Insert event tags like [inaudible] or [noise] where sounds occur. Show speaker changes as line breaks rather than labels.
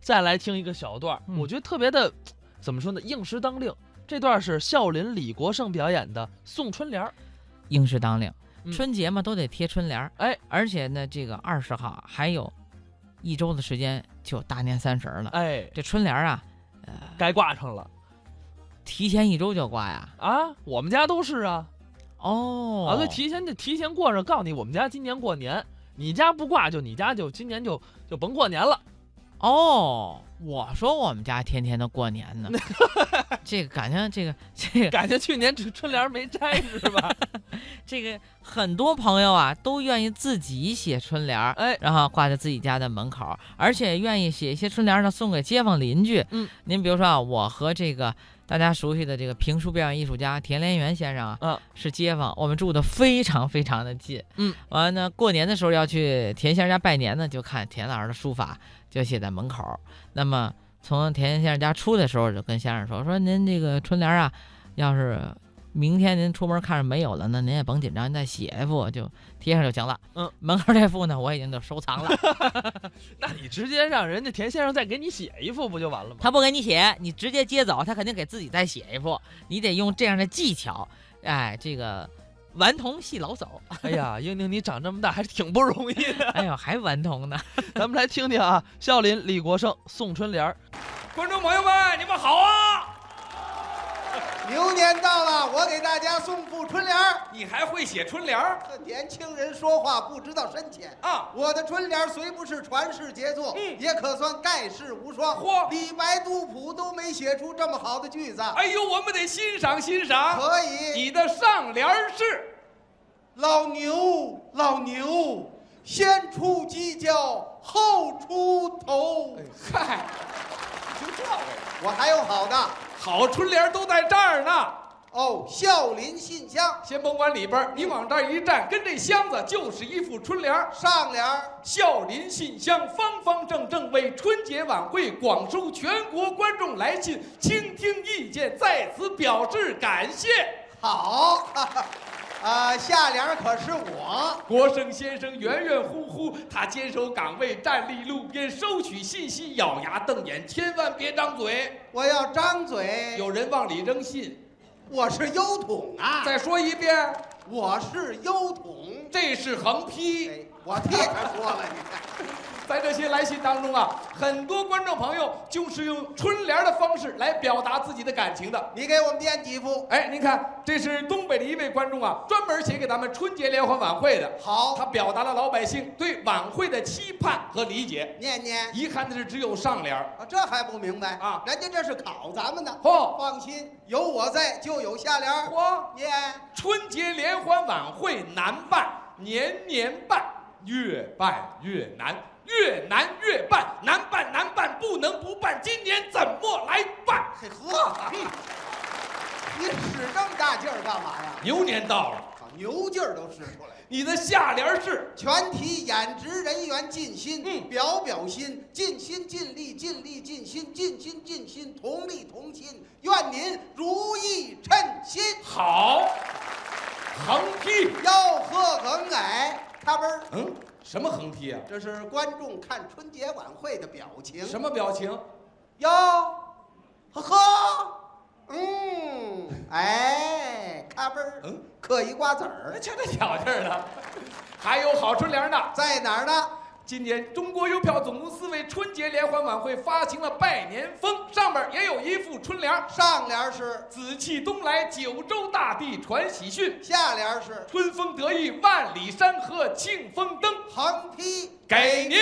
再来听一个小段儿，
嗯
我觉得特别的，怎么说呢？应时当令。这段是孝林李国盛表演的《送春联儿》，
应是当令
嗯。
春节嘛，都得贴春联儿
哎，
而且呢，这个二十号还有一周的时间就大年三十儿了。
哎，
这春联儿啊，
该挂上了
提前一周就挂呀。
啊！我们家都是啊，
哦，
啊，对，提前就提前过上，告诉你我们家今年过年，你家不挂就你家就今年就就甭过年
[laughs]
了。
哦，我说我们家天天都过年
[laughs]
呢，这个感觉，这个这个
感觉去年春春联儿没摘是
[laughs]
吧？
这个，很多朋友啊都愿意自己写春联儿。
哎，
然后挂在自己家的门口儿，而且愿意写一些春联儿呢，送给街坊邻居。
嗯，
您比如说啊，我和这个大家熟悉的这个评书表演艺术家田连元先生啊，
啊
是街坊，我们住的非常非常的近。
嗯，
完了呢，过年的时候要去田先生家拜年呢，就看田老师的书法就写在门口儿。那么从田先生家出的时候，就跟先生说说您这个春联儿啊，要是明天您出门看着没有了呢，您也甭紧张，您再写一副就贴上就行了。
嗯，
门口这副呢，我已经都收藏了。 [laughs]
那你直接让人家田先生再给你写一副不就完了吗？
他不给你写，你直接接走，他肯定给自己再写一副。你得用这样的技巧，哎，这个顽童系老叟，
哎呀，英宁，你长这么大还是挺不容易的。
[laughs] 哎呦，还顽童呢。
咱们来听听啊，孝林李国盛送春联儿，
观众朋友们，你们好啊！
牛年到了，我给大家送副春联儿。
你还会写春联儿
这年轻人说话不知道深浅。
啊？
我的春联儿虽不是传世杰作，
嗯
也可算盖世无双。
嚯
李白、杜甫都没写出这么好的句子。
哎呦，我们得欣赏欣赏。
可以，
你的上联儿是
老牛，老牛，先出犄角，后出
哎
头。
嗨，就这个，
我还有好的
好春联儿都在这儿呢。
哦，孝林信箱
先甭管里边儿，你往这儿一站，跟这箱子就是一副春联儿。
上联儿
孝林信箱方方正正为春节晚会广收全国观众来信，倾听意见，在此表示感谢。
好，哈哈啊，下联儿可是我。
国生先生圆圆乎乎，他坚守岗位，站立路边收取信息，咬牙瞪眼，千万别张嘴。
我要张嘴，
有人往里扔信，
我是优桶啊，
再说一遍，
我是优桶。
这是横批。
哎，我替他说了，你看，
在这些来信当中啊，很多观众朋友就是用春联的方式来表达自己的感情的。
你给我们念几副？
哎，您看，这是东北的一位观众啊，专门写给咱们春节联欢晚会的。他
好，
表达了老百姓对晚会的期盼和理解。
念念。
遗憾的是，只有上联儿。
啊，这还不明白
啊
人家这是考咱们的。
嚯、
放心，有我在就有下联儿。
嚯！
念，
春节联欢晚会难办，年年办，越办越难，越难越办，难办难办，不能不办，今年怎么来办？
嘿呵，你使这么大劲儿干嘛呀？
牛年到了，
啊牛劲儿都使出来了。
你的下联是
全体演职人员尽心，
嗯
表表心，尽心尽力，尽力尽心，尽心尽心，同力同心，愿您如意称心。
好，横批，
吆喝梗哎，咔嘣儿，
嗯，什么横批啊？
这是观众看春节晚会的表情。
什么表情？
哟，呵呵，嗯，哎，咔嘣儿，
嗯，
嗑一瓜子
哎
儿，
瞧这小劲儿的， [laughs] 还有好春联呢。
在哪儿呢？
今年中国邮票总公司为春节联欢晚会发行了拜年风，上面也有一副春联儿。
上联是，
紫气东来，九州大地传喜讯，
下联是，
春风得意，万里山河庆风登。
横批，
给您